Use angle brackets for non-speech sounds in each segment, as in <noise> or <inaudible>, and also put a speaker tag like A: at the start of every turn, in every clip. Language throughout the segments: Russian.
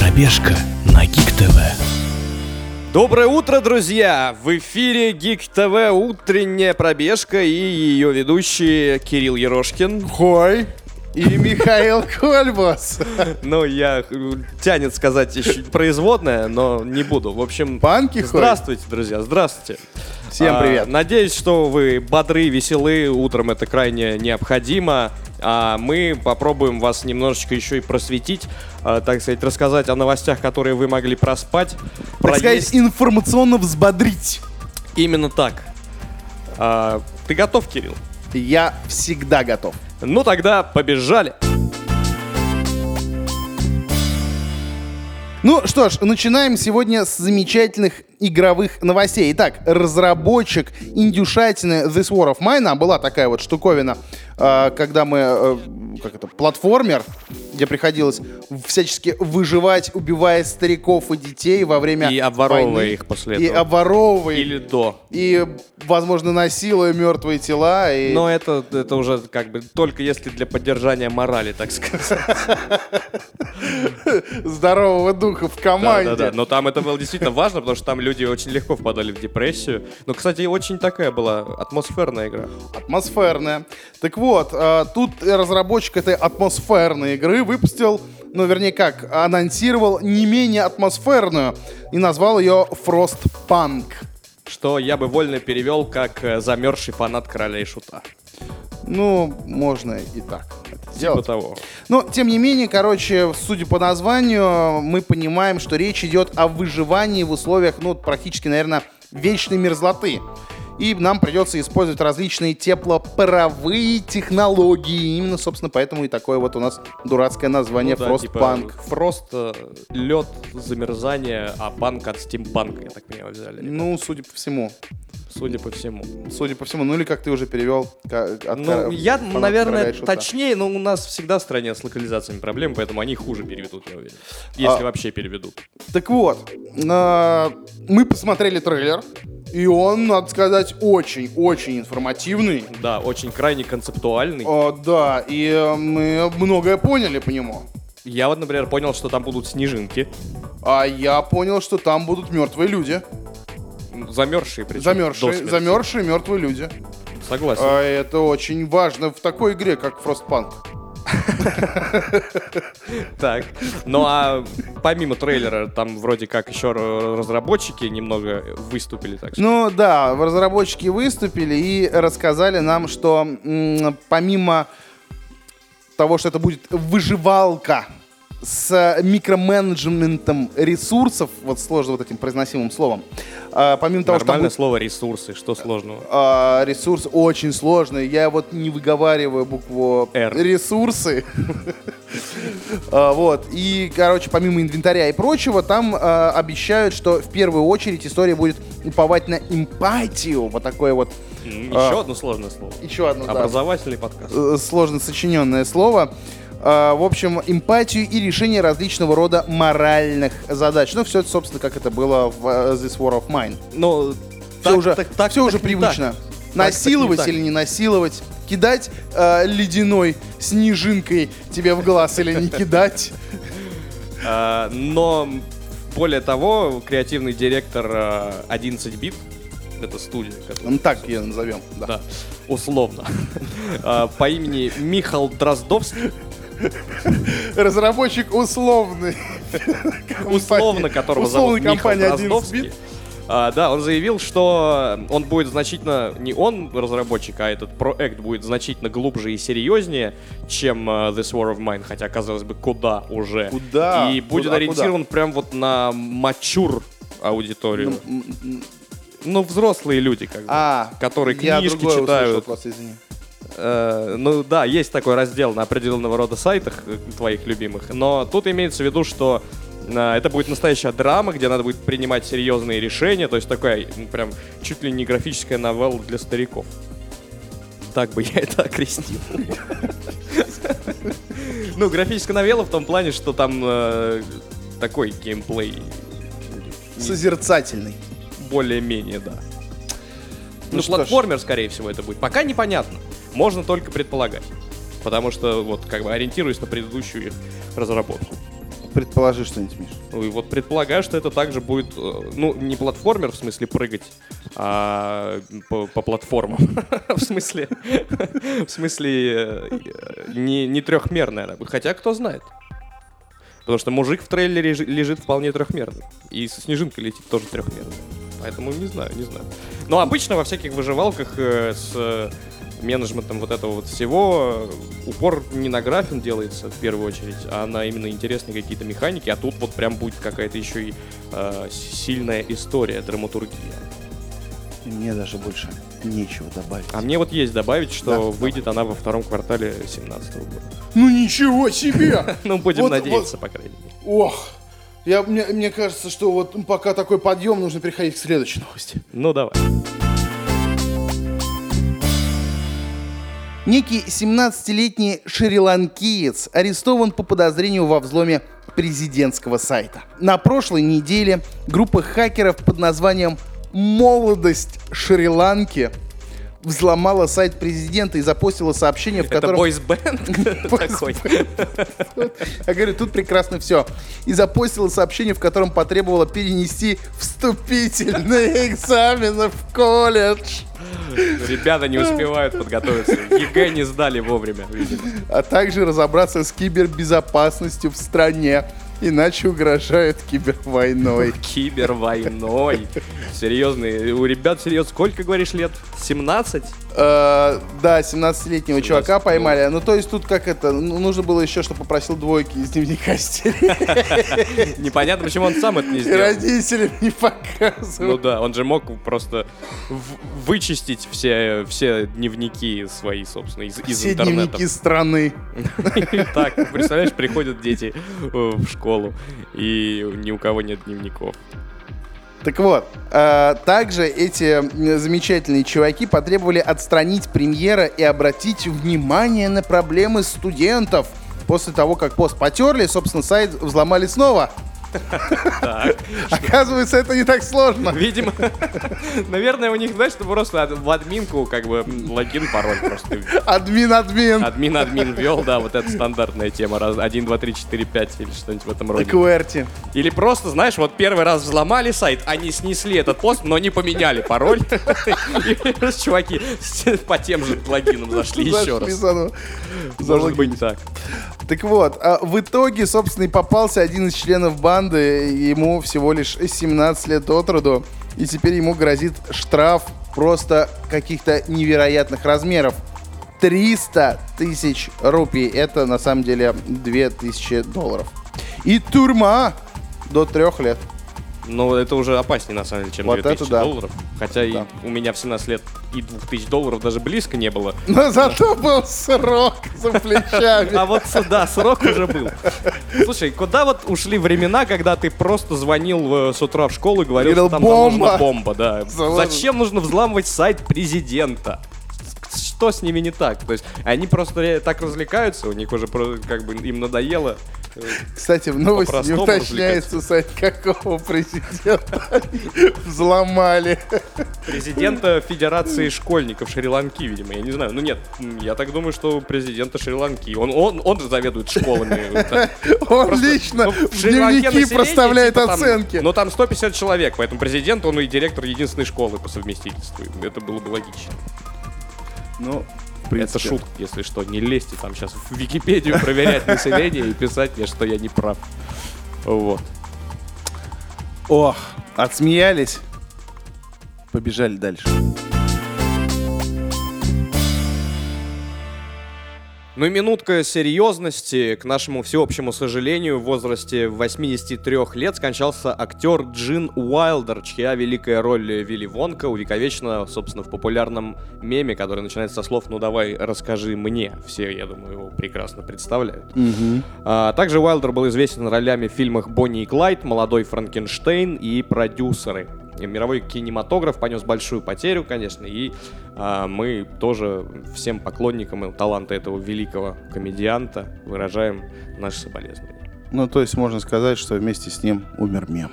A: Пробежка на Гик ТВ.
B: Доброе утро, друзья! В эфире Гик ТВ «Утренняя пробежка» и ее ведущие Кирилл Ерошкин.
C: Хой и Михаил Кольбас.
B: Ну, я э, тянет сказать еще производное, но не буду. В общем,
C: Панки Хой.
B: здравствуйте, друзья, здравствуйте.
C: Всем
B: А,
C: привет.
B: надеюсь, что вы бодры, веселы, утром это крайне необходимо. А мы попробуем вас немножечко еще и просветить, а, так сказать, рассказать о новостях, которые вы могли проспать.
C: Так
B: проесть.
C: сказать, информационно взбодрить.
B: Именно так. А, ты готов, Кирилл?
C: Я всегда готов.
B: Ну тогда побежали.
C: Ну что ж, начинаем сегодня с замечательных игровых новостей. Итак, разработчик индюшатины This War of Mine, а была такая вот штуковина, э, когда мы, э, как это, платформер, где приходилось всячески выживать, убивая стариков и детей во время
B: И обворовывая
C: войны.
B: их после
C: И
B: этого.
C: обворовывая.
B: Или до.
C: И, возможно, насилуя мертвые тела. И...
B: Но это, это уже как бы только если для поддержания морали, так сказать.
C: здорового духа в команде.
B: Да-да-да. Но там это было действительно важно, потому что там люди очень легко впадали в депрессию. Но, кстати, очень такая была атмосферная игра.
C: Атмосферная. Так вот, э, тут разработчик этой атмосферной игры выпустил, ну, вернее как, анонсировал не менее атмосферную и назвал ее Frostpunk.
B: Что я бы вольно перевел как э, замерзший фанат короля и шута.
C: Ну, можно и так это
B: Типа
C: сделать.
B: того.
C: Но, тем не менее, короче, судя по названию, мы понимаем, что речь идет о выживании в условиях, ну, практически, наверное, вечной мерзлоты. И нам придется использовать различные теплопаровые технологии. Именно, собственно, поэтому и такое вот у нас дурацкое название
B: Ну да, типа,
C: Frostpunk.
B: Фрост, э, лед, замерзание, а панк от стимпанка, я так понимаю, взяли.
C: Ну, судя по всему.
B: Судя по всему.
C: Судя по всему. Ну или как ты уже перевел. ка- от
B: Ну,
C: кор-
B: я,
C: э, фанат
B: наверное,
C: «Дорогая шута».
B: точнее, но у нас всегда в стране с локализациями проблемы, поэтому они хуже переведут, я уверен. Если
C: А.
B: вообще переведут.
C: Так вот, э, мы посмотрели трейлер. И он, надо сказать, очень-очень информативный.
B: Да, очень крайне концептуальный.
C: О, А, да, и э, мы многое поняли по нему.
B: Я вот, например, понял, что там будут снежинки.
C: А я понял, что там будут мертвые люди.
B: Замерзшие причем. до
C: Замерзшие,
B: смерти.
C: замерзшие мертвые люди.
B: Согласен.
C: А это очень важно в такой игре, как Frostpunk.
B: Так. Ну а помимо трейлера, там вроде как еще р- разработчики немного выступили, так что.
C: Ну да, разработчики выступили и рассказали нам, что м, помимо того, что это будет выживалка с микроменеджментом ресурсов, вот сложно вот этим произносимым словом, а, помимо того, что там
B: Нормальное
C: будет
B: слово ресурсы, что сложного?
C: А, ресурс очень сложный. Я вот не выговариваю букву
B: «Р».
C: Ресурсы. А, Вот. И, короче, помимо инвентаря и прочего, там а, обещают, что в первую очередь история будет уповать на эмпатию. Вот такое вот.
B: М,
C: а.
B: Еще одно сложное слово.
C: Еще одно, да,
B: Образовательный подкаст.
C: э, сложно сочиненное слово. А, В общем, эмпатию и решение различного рода моральных задач. Ну, все это, собственно, как это было в э, This War of Mine.
B: Ну,
C: Все уже, всё уже привычно. Насиловать
B: так не так.
C: или не насиловать, кидать э, ледяной снежинкой тебе в глаз или не кидать.
B: А, Но более того, креативный директор а, 11 бит, это студия, которая,
C: <laughs> Ну, так ее назовем. Да.
B: да, условно, <laughs> а, по имени Михаил Дроздовский,
C: Разработчик условный.
B: условно которого зовут
C: Условной
B: Михаил
C: компании 11
B: Дроздовский.
C: бит.
B: а, да, он заявил, что он будет значительно, не он разработчик, а этот проект будет значительно глубже и серьезнее, чем а, This War of Mine, хотя, казалось бы, куда уже.
C: Куда?
B: И будет
C: Куда, Ну,
B: ориентирован прям вот на мачур аудиторию.
C: М, м,
B: Ну, взрослые люди, как бы.
C: А,
B: которые
C: я
B: книжки
C: другое услышал
B: читают.
C: просто, извини.
B: Э, ну да, есть такой раздел на определенного рода сайтах э, твоих любимых, но тут имеется в виду, что э, это будет настоящая драма, где надо будет принимать серьезные решения, то есть такая м, прям чуть ли не графическая новелла для стариков. Так бы <laughs> я это окрестил. Ну, графическая новелла в том плане, что там э, такой геймплей
C: Созерцательный.
B: более-менее, да.
C: Ну
B: Ну,
C: что ж.
B: платформер, скорее всего, это будет. Пока непонятно. Можно только предполагать. Потому что, вот, как бы, ориентируясь на предыдущую их разработку.
C: Предположи что-нибудь, Миш.
B: Ну, И вот предполагаю, что это также будет, э, ну, не платформер в смысле прыгать, а по, по платформам. <laughs> В смысле, в смысле, э, э, не, не трехмерное. Хотя, кто знает. Потому что мужик в трейлере жи- лежит вполне трехмерный. И со снежинкой летит тоже трехмерный. Поэтому не знаю, не знаю. Но обычно во всяких выживалках э, с э, менеджментом вот этого вот всего э, упор не на графин делается в первую очередь, а на именно интересные какие-то механики. А тут вот прям будет какая-то еще и э, с- сильная история, драматургия.
C: И Мне даже больше нечего добавить.
B: А мне вот есть добавить,
C: Да,
B: что
C: давай.
B: выйдет она во втором квартале 2017 года. <laughs>
C: Ну ничего себе!
B: Ну, будем
C: Вот-
B: надеяться, по крайней мере.
C: Ох! Я, мне, мне кажется, что вот пока такой подъем, нужно переходить к следующей новости.
B: Ну, давай.
C: Некий 17-летний шри-ланкиец арестован по подозрению во взломе президентского сайта. На прошлой неделе группа хакеров под названием «Молодость Шри-Ланки» взломала сайт президента и запостила сообщение, в
B: Это
C: котором...
B: <laughs>
C: <laughs>
B: бойсбенд такой.
C: Я говорю, тут прекрасно все. И запостила сообщение, в котором потребовала перенести вступительные <laughs> экзамены в колледж.
B: Ребята не успевают подготовиться. ЕГЭ не сдали вовремя, видимо.
C: а также разобраться с кибербезопасностью в стране, иначе угрожает
B: <laughs>
C: кибервойной.
B: Кибервойной. Серьезный. У ребят, серьезно, сколько, говоришь, лет? 17?
C: Э, Да, 17-летнего
B: 17,
C: чувака
B: ну.
C: поймали. Ну, то есть тут как это, ну, нужно было еще, что попросил двойки из
B: <laughs>
C: дневника стереть,
B: Непонятно, почему он сам это не
C: и
B: сделал.
C: родителям не
B: Ну
C: показывал.
B: да, он же мог просто в- вычистить все, все дневники свои, собственно, из, из
C: Все
B: интернета.
C: дневники страны.
B: И <laughs> так, представляешь, приходят дети э, в школу, и ни у кого нет дневников.
C: Так вот, э, также эти м, замечательные чуваки потребовали отстранить премьера и обратить внимание на проблемы студентов. После того, как пост потерли, собственно, сайт взломали снова.
B: Так.
C: <laughs> Оказывается, это не так сложно.
B: Видимо, <laughs> наверное, у них, знаешь, что просто ад- в админку как бы логин, пароль просто.
C: Админ, админ.
B: Админ-админ вел, да, вот эта стандартная тема. Раз, 1, 2, 3, 4, 5 или что-нибудь в этом роде.
C: QWERTY.
B: Или просто, знаешь, вот первый раз взломали сайт, они снесли этот пост, но не поменяли пароль. И раз чуваки <laughs> с- по тем же логинам зашли еще
C: Зашли
B: раз.
C: заново.
B: Может быть так.
C: Так вот, а в итоге, собственно, и попался один из членов банды. Ему всего лишь 17 лет от роду. И теперь ему грозит штраф просто каких-то невероятных размеров. 300 тысяч рупий. Это, на самом деле, 2000 долларов. И турма до трех лет. <laughs>
B: Но это уже опаснее, на самом деле, чем
C: Вот
B: 2000
C: это да.
B: долларов. Хотя и
C: Да.
B: у меня в 17 лет и 2000 долларов даже близко не было.
C: Но зато был срок за плечами.
B: А вот сюда срок уже был. Слушай, куда вот ушли времена, когда ты просто звонил э, с утра в школу и говорил,
C: Говорил,
B: что там, там нужна
C: «Бомба!»
B: бомба, да.
C: Заложен.
B: Зачем нужно взламывать сайт президента? Что с ними не так? То есть они просто ре- так развлекаются, у них уже про- как бы им надоело. Э,
C: Кстати, в новости не
B: По-простому
C: уточняется сайт какого президента <laughs> взломали.
B: Президента Федерации школьников Шри-Ланки, видимо, я не знаю. Ну нет, м, я так думаю, что президента Шри-Ланки. Он, он, он же заведует школами. да.
C: Он
B: Просто,
C: лично
B: ну,
C: в
B: Шри-Ланке
C: дневники
B: население,
C: проставляет
B: типа, там-
C: оценки.
B: Но там 150 человек, поэтому президент, он и директор единственной школы по совместительству. Это было бы логично.
C: Ну, в
B: Это шутка, если что. Не лезьте там сейчас в Википедию проверять население и писать мне, что я не прав. Вот.
C: Ох, отсмеялись. Побежали дальше.
B: Ну и минутка серьезности. К нашему всеобщему сожалению, в возрасте 83 лет скончался актер Джин Уайлдер, чья великая роль Вилли Вонка увековечена, собственно, в популярном меме, который начинается со слов «Ну давай, расскажи мне». Все, я думаю, его прекрасно представляют. А, также Уайлдер был известен ролями в фильмах «Бонни и Клайд», «Молодой Франкенштейн» и «Продюсеры». И мировой кинематограф понес большую потерю, конечно, и а, мы тоже всем поклонникам и таланта этого великого комедианта выражаем наши соболезнования.
C: Ну, то есть можно сказать, что вместе с ним умер мем.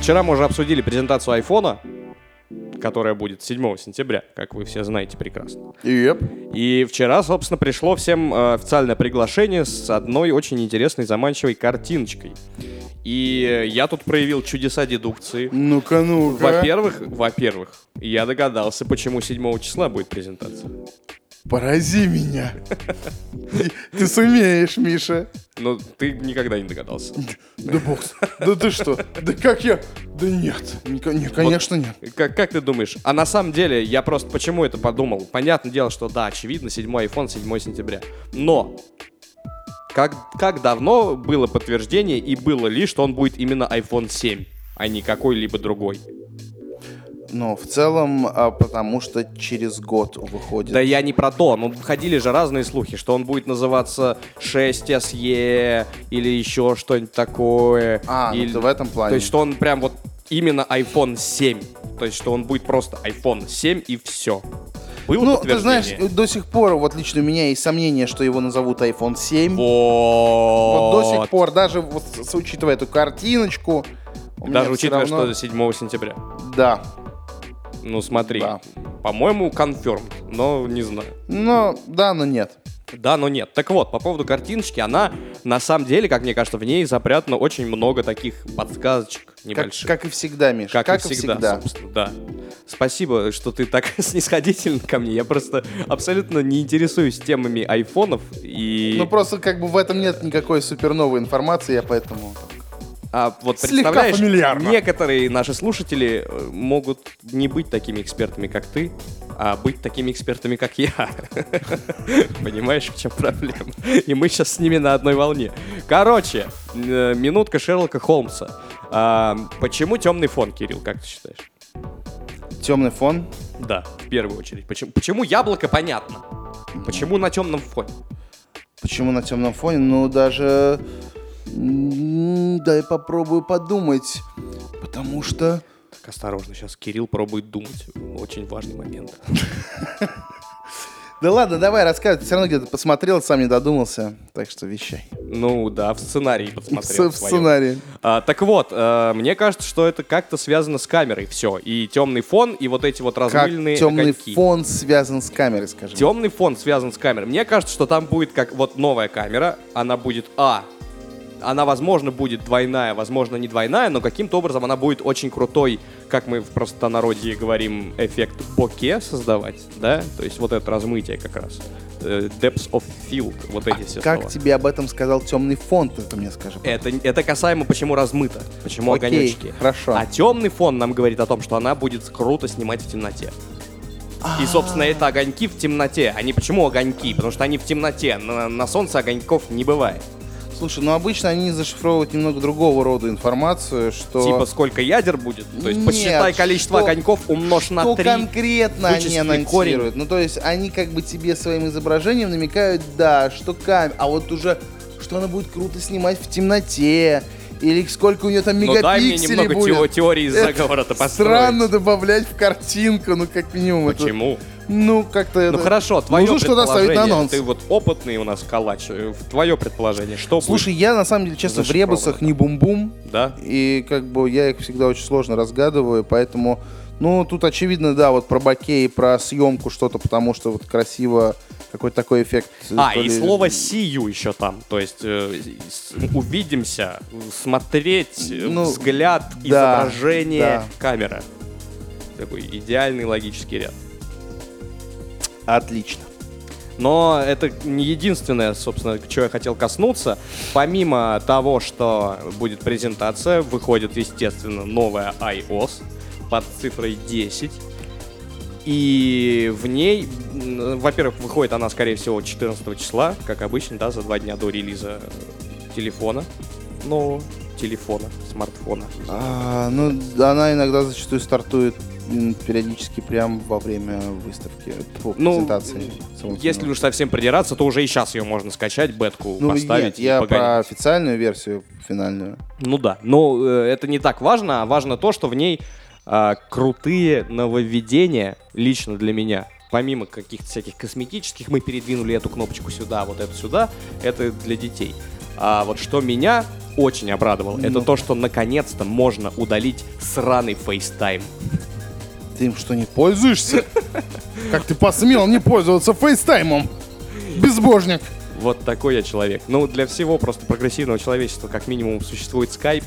B: Вчера мы уже обсудили презентацию айфона, которая будет 7 сентября, как вы все знаете прекрасно.
C: Еп.
B: И вчера, собственно, пришло всем э, официальное приглашение с одной очень интересной, заманчивой картиночкой. И э, я тут проявил чудеса дедукции.
C: Ну-ка, ну-ка.
B: Во-первых, во-первых, я догадался, почему 7 числа будет презентация.
C: Порази меня. Ты сумеешь, Миша.
B: Но ты никогда не догадался.
C: Да бог. с- Да ты что? Да как я? Да нет. Ника- не, Конечно нет.
B: Как, как ты думаешь? А на самом деле, я просто почему это подумал? Понятное дело, что да, очевидно, 7 iPhone, 7 сентября. Но как, как давно было подтверждение и было ли, что он будет именно iPhone 7, а не какой-либо другой?
C: Но в целом, а, потому что через год выходит.
B: Да я не про то, ну ходили же разные слухи, что он будет называться 6SE или еще что-нибудь такое.
C: А, ну
B: Или-
C: ты в этом
B: То
C: плане.
B: есть, что он прям вот именно iPhone 7. То есть, что он будет просто iPhone 7 и все. Было
C: Ну, ты
B: подтверждение?
C: знаешь, до сих пор, вот лично у меня есть сомнение, что его назовут iPhone 7. Вот
B: Вот.
C: до сих пор, даже вот с- с- учитывая эту картиночку, у меня
B: Даже
C: всё
B: учитывая,
C: равно-
B: что 7 сентября.
C: Да.
B: Ну, смотри.
C: Да.
B: По-моему, конферм, но не знаю.
C: Но, да, но нет.
B: Да, но нет. Так вот, по поводу картиночки, она, на самом деле, как мне кажется, в ней запрятано очень много таких подсказочек
C: Как,
B: небольших.
C: как Ну, и всегда, Миш.
B: Как, и всегда, собственно, да. Спасибо, что ты так <laughs> снисходительно ко мне. Я просто абсолютно не интересуюсь темами айфонов и...
C: Ну, просто как бы в этом нет никакой суперновой информации, я поэтому...
B: А вот
C: Слегка
B: представляешь,
C: фамильярно.
B: некоторые наши слушатели э, могут не быть такими экспертами, как ты, а быть такими экспертами, как я. <laughs> Понимаешь, в чем проблема? И мы сейчас с ними на одной волне. Короче, э, минутка Шерлока Холмса. А, Почему темный фон, Кирилл, как ты считаешь?
C: Темный фон.
B: Да, в первую очередь. Почему, почему яблоко понятно? Почему на темном фоне?
C: Почему на темном фоне? Ну, даже... м, Дай попробую подумать. Потому что...
B: Так, осторожно, сейчас Кирилл пробует думать. Очень важный момент.
C: Да ладно, давай рассказывай. Ты все равно где-то посмотрел, сам не додумался. Так что вещай.
B: Ну да, в сценарии
C: В,
B: подсмотрел.
C: в
B: своём.
C: сценарии.
B: А, так вот, э, мне кажется, что это как-то связано с камерой все. И темный фон, и вот эти вот
C: Как
B: размыльные
C: темный
B: огоньки.
C: фон связан с камерой, скажем.
B: Темный фон связан с камерой. Мне кажется, что там будет как вот новая камера, она будет А. Она, возможно, будет двойная, возможно, не двойная, но каким-то образом она будет очень крутой, как мы в простонародье говорим, эффект боке создавать, да? То есть вот это размытие как раз. Э, Depths of field, вот эти все
C: А Как
B: слова.
C: тебе об этом сказал темный фон, ты это мне скажи.
B: Это, это касаемо, почему размыто, почему
C: Окей,
B: огонечки.
C: хорошо.
B: А темный фон нам говорит о том, что она будет круто снимать в темноте. И, собственно,
C: А.
B: это огоньки в темноте. Они почему огоньки? Потому что они в темноте. На, на солнце огоньков не бывает.
C: Слушай, ну обычно они зашифровывают немного другого рода информацию, что...
B: Типа, сколько ядер будет? То есть,
C: Нет,
B: посчитай количество
C: что-
B: огоньков, умножь на
C: что
B: три.
C: конкретно они
B: вычисли
C: анонсируют. Ну, то есть они как бы тебе своим изображением намекают, да, что камера, а вот уже, что она будет круто снимать в темноте, или сколько у нее там
B: Ну дай мне
C: мегапикселей
B: немного тео-
C: будет.
B: теории
C: Это
B: заговора-то построить.
C: Странно добавлять в картинку, ну, как минимум. это-
B: Почему?
C: ну, как-то
B: Ну
C: это...
B: хорошо, твое
C: Нужно что-то оставить на
B: предположение.
C: анонс.
B: Ты вот опытный у нас калач. Твое предположение, что
C: Слушай, я на самом деле, честно, в ребусах не бум-бум,
B: будет? Да?
C: и как бы я их всегда очень сложно разгадываю, поэтому, ну, тут очевидно, да, вот про баке и про съемку что-то, потому что вот красиво какой-то такой эффект. э,
B: А,
C: то
B: и
C: ли-
B: слово «сию» еще там. То есть э, с- увидимся, смотреть, э,
C: Ну,
B: взгляд,
C: да,
B: изображение,
C: да.
B: камера. Такой идеальный логический ряд.
C: Отлично.
B: Но это не единственное, собственно, к чего я хотел коснуться. Помимо того, что будет презентация, выходит, естественно, новая iOS под цифрой 10. И в ней, м, во-первых, выходит она, скорее всего, 14 числа, как обычно, да, за два дня до релиза телефона. Нового телефона, смартфона.
C: А, ну, она иногда зачастую стартует м, периодически прям во время выставки, тьфу,
B: Ну,
C: презентации. самого
B: Если
C: кино.
B: уж совсем придираться, то уже и сейчас ее можно скачать, бетку
C: ну,
B: поставить.
C: нет, я
B: и погонять.
C: про официальную версию финальную.
B: Ну да, но э, это не так важно, а важно то, что в ней а, крутые нововведения лично для меня. Помимо каких-то всяких косметических, мы передвинули эту кнопочку сюда, вот эту сюда, это для детей. А вот что меня очень обрадовало, это
C: Ну.
B: то, что наконец-то можно удалить сраный фейстайм.
C: Ты им что, не
B: <laughs>
C: пользуешься? Как ты посмел не пользоваться фейстаймом? Безбожник.
B: Вот такой я человек. Ну, для всего просто прогрессивного человечества как минимум существует скайп,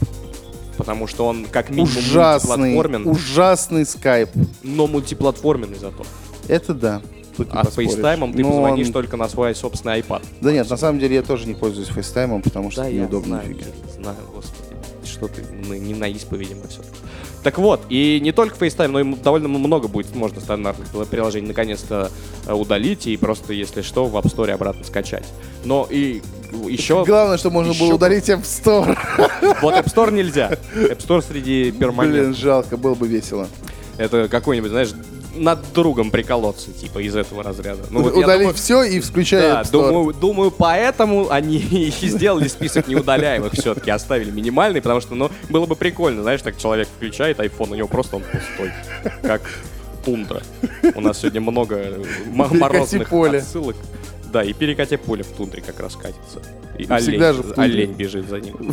B: потому что он как минимум
C: Ужасный,
B: мультиплатформен,
C: ужасный скайп.
B: но мультиплатформенный зато.
C: Это да. Тут не
B: А с
C: поспоришь.
B: фейстаймом ты
C: Но
B: позвонишь
C: он-
B: только на свой собственный iPad.
C: Да нет, на самом деле я тоже не пользуюсь фейстаймом, потому что
B: Да,
C: это
B: я
C: неудобно.
B: знаю,
C: нифига.
B: я знаю, господи. Что ты, на- не на исповеди мы все. Так вот, и не только FaceTime, но и м- довольно много будет можно стандартных пл- приложений наконец-то э, удалить и просто, если что, в App Store обратно скачать. Но и еще...
C: Главное, что можно было
B: еще-
C: ударить App Store.
B: Вот App Store нельзя. App Store среди
C: Блин,
B: перманент.
C: жалко, было бы весело.
B: Это какой-нибудь, знаешь, над другом приколоться, типа, из этого разряда. Ну, вот я
C: Удалить
B: думаю-
C: все и включая
B: Да,
C: App Store.
B: думаю, думаю, поэтому они <laughs> и сделали список неудаляемых все-таки, оставили минимальный, потому что, ну, было бы прикольно, знаешь, так человек включает iPhone, у него просто он пустой, как тундра. У нас сегодня много э, м-
C: Перекати
B: морозных
C: поле.
B: отсылок. Да, и перекати поле в тундре как раз катится. И
C: Ну,
B: олень,
C: всегда же в тундре.
B: олень бежит за ним.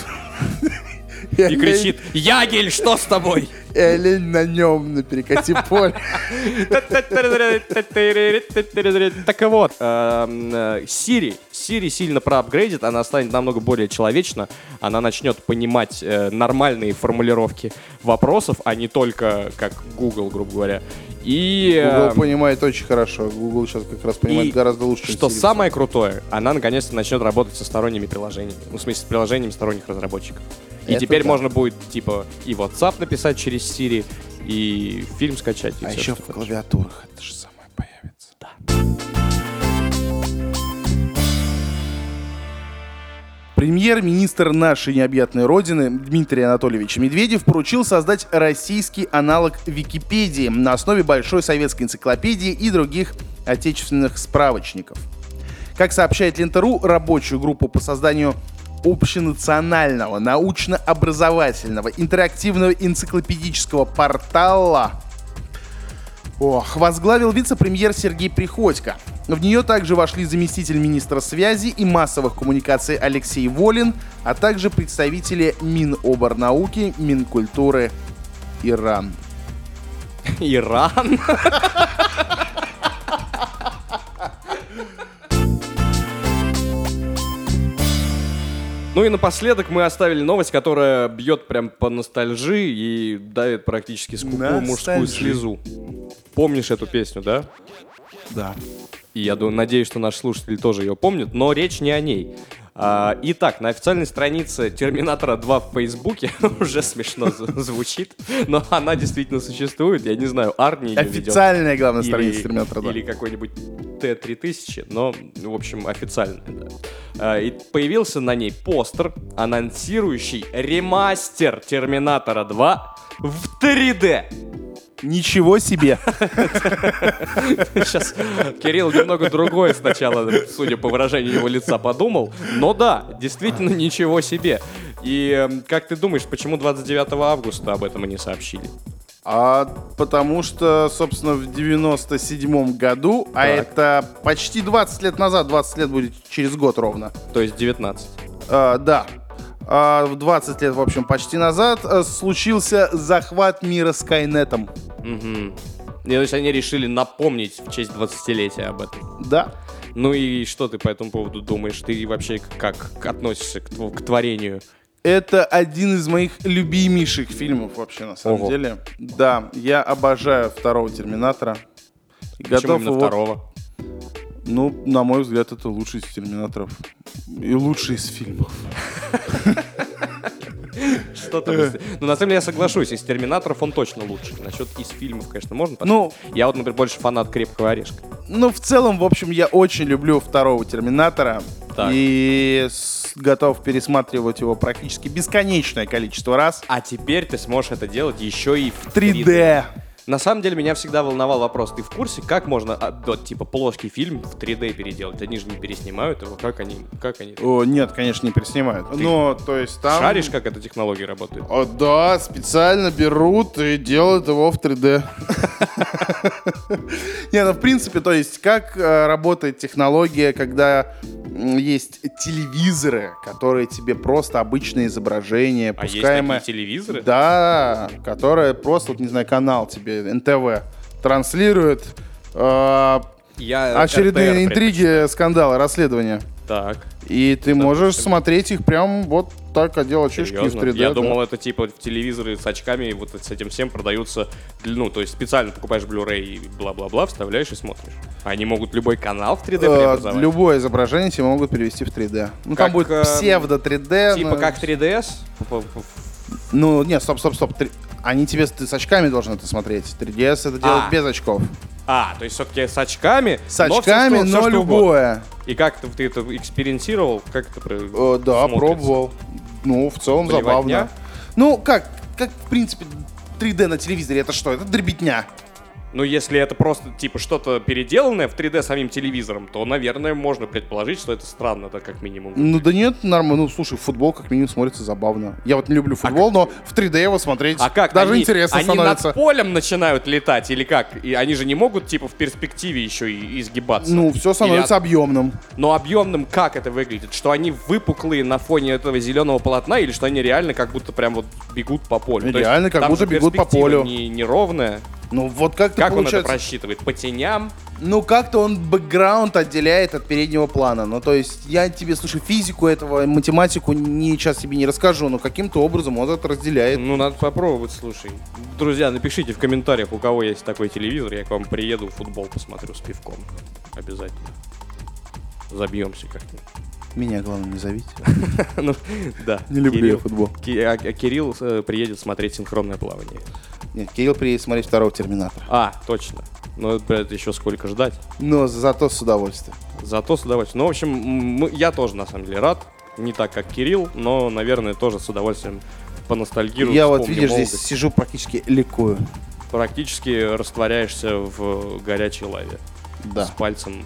C: И
B: И
C: олень-
B: кричит, Ягель, что с тобой?
C: и олень на нем,
B: <laughs>
C: на перекати поле.
B: Так и вот, эм, э, Siri, Siri сильно проапгрейдит, она станет намного более человечна, она начнет понимать э, нормальные формулировки вопросов, а не только как Google, грубо говоря. И э,
C: Google понимает очень хорошо. Google сейчас как раз
B: и
C: понимает гораздо лучше. чем
B: Что
C: Siri.
B: самое крутое, она наконец-то начнет работать со сторонними приложениями. Ну, в смысле, с приложениями сторонних разработчиков. И
C: Это
B: теперь
C: да.
B: можно будет, типа, и WhatsApp написать через Siri, и фильм скачать. и
C: А
B: всё,
C: еще
B: что
C: в
B: хочешь.
C: клавиатурах это же самое появится. Премьер-министр нашей необъятной родины Дмитрий Анатольевич Медведев поручил создать российский аналог Википедии на основе Большой советской энциклопедии и других отечественных справочников. Как сообщает Лента.ру, рабочую группу по созданию общенационального, научно-образовательного, интерактивного энциклопедического портала Ох, возглавил вице-премьер Сергей Приходько. В нее также вошли заместитель министра связи и массовых коммуникаций Алексей Волин, а также представители Миноборнауки, Минкультуры, Иран.
B: Иран. Ну и напоследок мы оставили новость, которая бьет прям по ностальжи и давит практически скупую мужскую
C: Ностальжи.
B: слезу. Помнишь эту песню, да?
C: Да.
B: И я думаю, надеюсь, что наш слушатель тоже ее помнит, но речь не о ней. А, итак, на официальной странице Терминатора 2 в Фейсбуке <laughs> уже смешно зв- звучит, но она действительно существует. Я не знаю, Арни ее ведет
C: Официальная главная страница
B: или-
C: терминатора 2.
B: Или какой-нибудь Т-3000, но, в общем, официально. да. А, И появился на ней постер, анонсирующий ремастер Терминатора 2 в 3D.
C: Ничего себе!
B: <laughs> Сейчас Кирилл немного другое сначала, судя по выражению его лица, подумал. Но да, действительно ничего себе. И эм, как ты думаешь, почему 29 августа об этом и не сообщили?
C: А потому что, собственно, в 97-м году, а
B: Так.
C: это почти 20 лет назад, 20 лет будет через год ровно,
B: То есть 19.
C: А, да. А, в 20 лет, в общем, почти назад э, случился захват мира Скайнетом.
B: Мгм. И, то есть они решили напомнить в честь 20-летия об этом.
C: Да.
B: Ну и что ты по этому поводу думаешь? Ты вообще как к- относишься к, тво- к творению?
C: Это один из моих любимейших фильмов вообще, на самом
B: Ого.
C: деле. Да, я обожаю второго Терминатора. И
B: Почему
C: Готов
B: именно
C: его-
B: второго?
C: Ну, на мой взгляд, это лучший из Терминаторов. И лучший из фильмов.
B: Что
C: Э.
B: там? из- Ну, на самом деле, я соглашусь, из «Терминаторов» он точно лучше. Насчет из фильмов, конечно, можно поспорить.
C: Ну,
B: Я вот, например, больше фанат «Крепкого орешка».
C: Ну, в целом, в общем, я очень люблю второго Терминатора.
B: Так.
C: И с- готов пересматривать его практически бесконечное количество раз.
B: А теперь ты сможешь это делать еще и в
C: 3D.
B: На самом деле, меня всегда волновал вопрос, ты в курсе, как можно, а, да, типа, плоский фильм в 3D переделать? Они же не переснимают его, как они... Как они...
C: О, нет, конечно, не переснимают. Но, то есть там...
B: Шаришь, как эта технология работает?
C: О, да, специально берут и делают его в <laughs> 3D. Не, ну в принципе, то есть, как э, работает технология, когда м, м, есть телевизоры, которые тебе просто обычное изображение,
B: А есть такие
C: пускаемое...
B: телевизоры?
C: Да, которое просто, вот, не знаю, канал тебе, НТВ, транслирует э,
B: Я
C: очередные
B: РТР
C: интриги, скандалы, расследования.
B: предпочитаю. Так,
C: И ты можешь смотреть их прям вот так, одел очишки и в
B: серьезно?
C: 3D.
B: Я
C: да.
B: думал, это типа телевизоры с очками, и вот с этим всем продаются, ну, то есть специально покупаешь Blu-ray и бла-бла-бла, вставляешь и смотришь. Они могут любой канал в 3D
C: Э,
B: преобразовать.
C: любое изображение тебе могут перевести в 3D. Ну,
B: Как,
C: там будет
B: э,
C: псевдо 3D.
B: Типа
C: но-
B: как 3DS? Ф- ф- ф-
C: Ну, нет, стоп, стоп, стоп. Три- Они тебе с- ты с очками должен это смотреть. 3DS это делать
B: А.
C: без очков.
B: А, то есть все-таки с очками.
C: С очками,
B: всё, что-
C: но,
B: всё, что угодно.
C: любое.
B: И как ты, ты это экспериментировал? Как это про-
C: Э, да,
B: смотрится?
C: пробовал. Ну, в целом
B: Плевать дня?
C: забавно. Ну, как, как, в принципе, 3D на телевизоре это что? Это дребедня.
B: Ну, если это просто, типа, что-то переделанное в 3D самим телевизором, то, наверное, можно предположить, что это странно, так как минимум.
C: Ну да нет, нормально. Ну слушай, футбол как минимум смотрится забавно. Я вот не люблю футбол, но в 3D его смотреть
B: А как?
C: даже
B: они,
C: интересно
B: они
C: становится.
B: над полем начинают летать или как? И они же не могут, типа, в перспективе еще и изгибаться.
C: Ну, все становится
B: Или
C: объемным.
B: от- Но объемным как это выглядит? Что они выпуклые на фоне этого зеленого полотна или что они реально как будто прям вот бегут по полю? То есть
C: Реально как
B: там
C: будто
B: же
C: бегут по
B: перспектива
C: полю.
B: Не, неровная.
C: Ну вот как-то
B: Как он это
C: получается.
B: просчитывает? По теням?
C: ну как-то он бэкграунд отделяет от переднего плана. Ну то есть я тебе, слушай, физику этого, математику не, сейчас тебе не расскажу, но каким-то образом он это разделяет.
B: Ну, надо попробовать, слушай. Друзья, напишите в комментариях, у кого есть такой телевизор. Я к вам приеду, футбол посмотрю с пивком. Обязательно. Забьемся как-нибудь.
C: Меня главное не зовите.
B: <laughs> Ну, да.
C: <laughs> Не люблю
B: Кирилл-
C: я футбол.
B: Ки- А а Кирилл э, приедет смотреть синхронное плавание.
C: Нет, Кирилл приедет смотреть второго терминатора.
B: А, точно. Ну, это, блядь, еще сколько ждать.
C: Но зато с удовольствием.
B: Зато с удовольствием. Ну, в общем, м, мы- я тоже, на самом деле, рад. Не так, как Кирилл, но, наверное, тоже с удовольствием поностальгирую.
C: я вот,
B: вспомню
C: видишь, здесь
B: молодость.
C: сижу практически ликую.
B: Практически растворяешься в горячей лаве.
C: Да,
B: с пальцем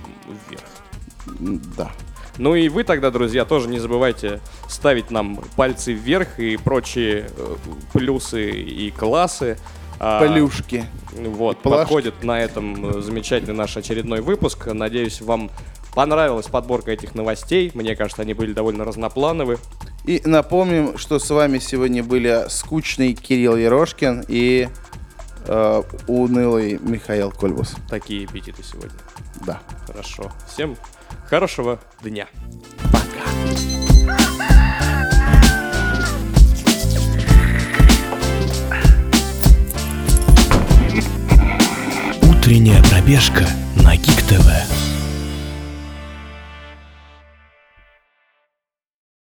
B: вверх.
C: м, да.
B: Ну и вы тогда, друзья, тоже не забывайте ставить нам пальцы вверх и прочие э, плюсы и классы. А,
C: Плюшки.
B: Вот,
C: плашки.
B: подходит на этом э, замечательный наш очередной выпуск. Надеюсь, вам понравилась подборка этих новостей. Мне кажется, они были довольно разноплановы.
C: И напомним, что с вами сегодня были скучный Кирилл Ерошкин и э, унылый Михаил Кольбус.
B: Такие аппетиты сегодня.
C: Да.
B: Хорошо. Всем хорошего дня.
A: Утренняя пробежка